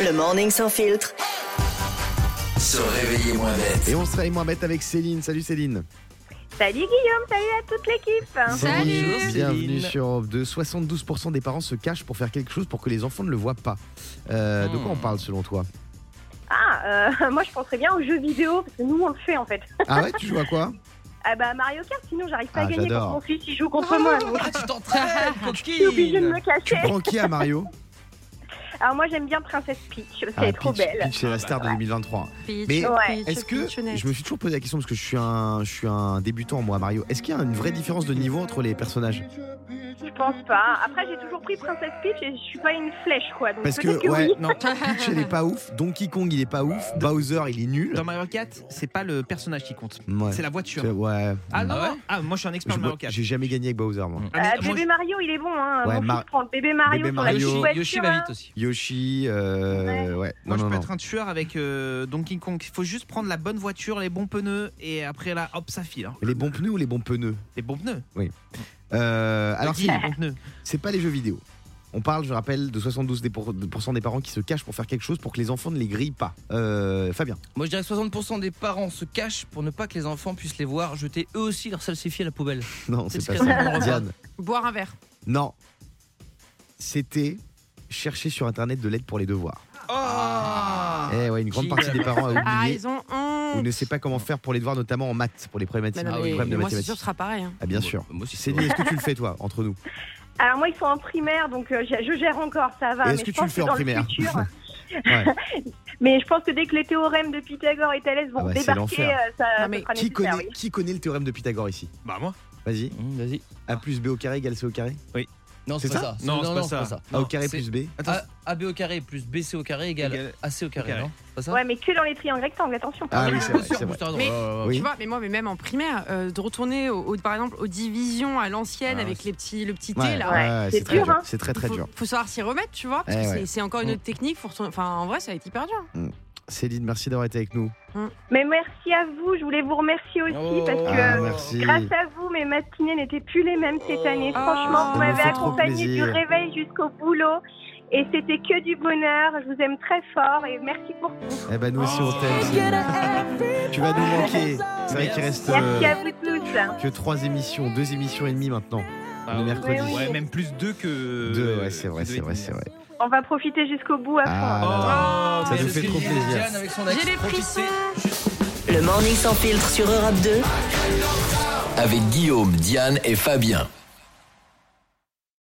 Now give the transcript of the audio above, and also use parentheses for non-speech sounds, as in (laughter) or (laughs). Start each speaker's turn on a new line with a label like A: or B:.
A: Le morning sans filtre.
B: Se réveiller moins bête.
C: Et on se réveille moins bête avec Céline. Salut Céline.
D: Salut Guillaume, salut à toute l'équipe.
E: Salut.
C: Bonjour, Bienvenue
E: Céline.
C: sur Europe 2. 72% des parents se cachent pour faire quelque chose pour que les enfants ne le voient pas. Euh,
E: Oh.
C: De quoi on parle selon toi
D: Ah, euh, (laughs) moi je penserais bien aux jeux vidéo parce que nous on le fait en fait.
C: Ah ouais, tu joues à quoi
D: Ah bah Mario Kart, sinon j'arrive pas
C: Ah,
D: à gagner
C: j'adore.
D: contre mon fils, il joue contre moi. Donc
E: Ah, tu t'entraînes,
D: je suis obligée de
E: coquine
D: me
C: Tu
D: cacher.
C: prends qui à Mario
D: Alors moi j'aime bien Princesse Peach, (laughs) c'est
C: Ah,
D: trop
C: Peach.
D: belle.
C: Peach, c'est la star
E: Ah bah.
C: de 2023.
F: Peach,
C: Mais
D: Ouais.
C: Est-ce que je me suis toujours posé la question parce que je suis un, je suis un débutant moi à Mario. Est-ce qu'il y a une vraie différence de niveau entre les personnages
D: Je pense pas. Après j'ai toujours pris Princesse Peach et je suis pas une flèche quoi. Donc
C: Parce que,
D: peut-être que
C: ouais,
D: oui.
C: non,
D: (laughs)
C: Peach elle est pas ouf, Donkey Kong il est pas ouf, Bowser il est nul.
E: Dans Mario Kart, c'est pas le personnage qui compte,
C: Ouais.
E: c'est la voiture.
C: C'est- ouais.
E: Ah
C: Mm.
E: non Ah, moi je suis un
C: Je-
E: expert de Mario Kart.
C: J'ai jamais gagné avec Bowser moi.
E: Ah, mais
D: Euh,
E: moi,
D: bébé Mario, il est bon, hein.
C: Ouais,
D: Mon
C: Mar-
D: fils prend le bébé Mario
C: Bébé
D: sur
C: Mario.
D: la petite voiture,
E: Yoshi, Yoshi
D: hein.
E: va vite aussi.
C: Yoshi, euh, ouais. non,
E: Moi, je
C: non,
E: peux
C: non.
E: être un tueur avec euh, Donkey Kong. Il faut juste prendre la bonne voiture, les bons pneus, et après là, hop, ça file. hein.
C: Les bons pneus ou les bons pneus
E: Les bons pneus.
C: Euh, Alors,
E: Qui,
C: si,
E: les bons pneus
C: c'est pas les jeux vidéo. On parle, je rappelle, de 72% des, pour- des parents qui se cachent pour faire quelque chose pour que les enfants ne les grillent pas. Euh, Fabien.
G: Moi je dirais que 60% des parents se cachent pour ne pas que les enfants puissent les voir jeter eux aussi leur salsifis à la poubelle.
C: Non,
G: C'est
C: c'est pas
G: ce qu'elle
C: ça.
G: raconte.
C: Diane.
F: Boire un verre.
C: Non. C'était chercher sur internet de l'aide pour les devoirs.
E: Oh
C: eh ouais, une grande
G: Qui-
C: partie des parents a
F: Ah,
C: oublié
F: ils ont
C: ou
F: honte.
C: ne sait pas comment faire pour les devoirs, notamment en maths, pour les
F: Bah
C: problématiques,
F: non,
G: Ah
F: mais
G: oui,
C: les problèmes de
F: moi, c'est sûr,
C: mathématiques.
F: ce sera pareil. hein.
C: Ah, bien sûr.
G: Moi aussi.
C: Céline, est-ce que tu le fais toi, entre nous
D: Alors moi ils sont en primaire, donc euh, je je gère encore, ça va.
C: Et
D: mais
C: est-ce
D: je
C: que tu
D: pense
C: le fais en
D: dans
C: primaire
D: futur,
C: (laughs) Ouais.
D: (laughs) Mais je pense que dès que les théorèmes de Pythagore et Thalès vont
C: Ah bah, c'est
D: débarquer,
C: l'enfer.
D: euh, ça,
F: Non,
D: ça
F: mais
D: sera
C: qui,
D: nécessaire.
C: connaît,
D: oui.
C: qui connaît le théorème de Pythagore ici
E: Bah moi
C: Vas-y.
G: Mmh, Vas-y.
C: A plus B au carré égale C au carré
G: Non,
C: C'est
G: c'est pas ça.
E: Non, c'est pas ça.
C: A Ah, au
G: Non,
C: carré
G: c'est
C: plus B
G: A- AB au carré plus BC au carré égale
E: Égale
G: AC au carré,
E: carré.
G: non C'est pas ça
D: Ouais, mais que dans les triangles rectangles, attention.
C: Ah oui, c'est vrai,
G: Bien sûr,
C: c'est vrai.
G: t'as raison.
F: Mais-
C: Oui.
F: Tu vois, mais moi, mais même en primaire, euh, de retourner au- au- par exemple aux divisions à l'ancienne
G: Ah,
F: avec les petits, le petit thé
C: Ouais,
F: là.
D: Ouais,
C: ouais,
D: c'est
C: c'est très
D: dur,
C: dur.
D: hein.
C: C'est très très
F: faut,
C: dur.
F: faut savoir s'y remettre, tu vois, parce
C: Eh
F: que
C: ouais.
F: c'est- c'est encore une
G: Mm.
F: autre technique. Faut retourner- Enfin, en vrai, ça va être hyper dur.
C: Céline, merci d'avoir été avec nous.
D: Mais merci à vous, je voulais vous remercier aussi
G: Oh.
D: parce que
C: Ah,
D: euh,
C: merci.
D: grâce à vous, mes matinées n'étaient plus les mêmes cette
F: Oh.
D: année. Franchement,
F: Ça
D: vous
F: nous
D: m'avez
C: fait trop
D: accompagné du
C: plaisir.
D: réveil jusqu'au boulot et c'était que du bonheur. Je vous aime très fort et merci pour tout.
C: Eh ben nous aussi on t'aime. Céline. Tu vas nous manquer. C'est vrai qu'il reste
D: Merci à
C: euh,
D: vous tous.
C: que trois émissions, deux émissions et demie maintenant.
E: Ah,
C: Le
E: ouais.
C: mercredi.
D: Oui, oui.
E: Ouais, même plus deux que. euh,
C: Deux, ouais, c'est vrai,
E: que deux
C: c'est
E: et
C: vrai,
E: demi.
C: c'est vrai.
D: On va profiter jusqu'au bout à fond.
C: Ah là là.
E: Oh,
C: Ça
E: mais
C: nous
E: le
C: fait trop
E: plaisir.
C: plaisir.
G: Diane avec son ex,
F: J'ai les
G: profitez.
A: Le morning sans filtre sur Europe 2.
B: Avec Guillaume, Diane et Fabien.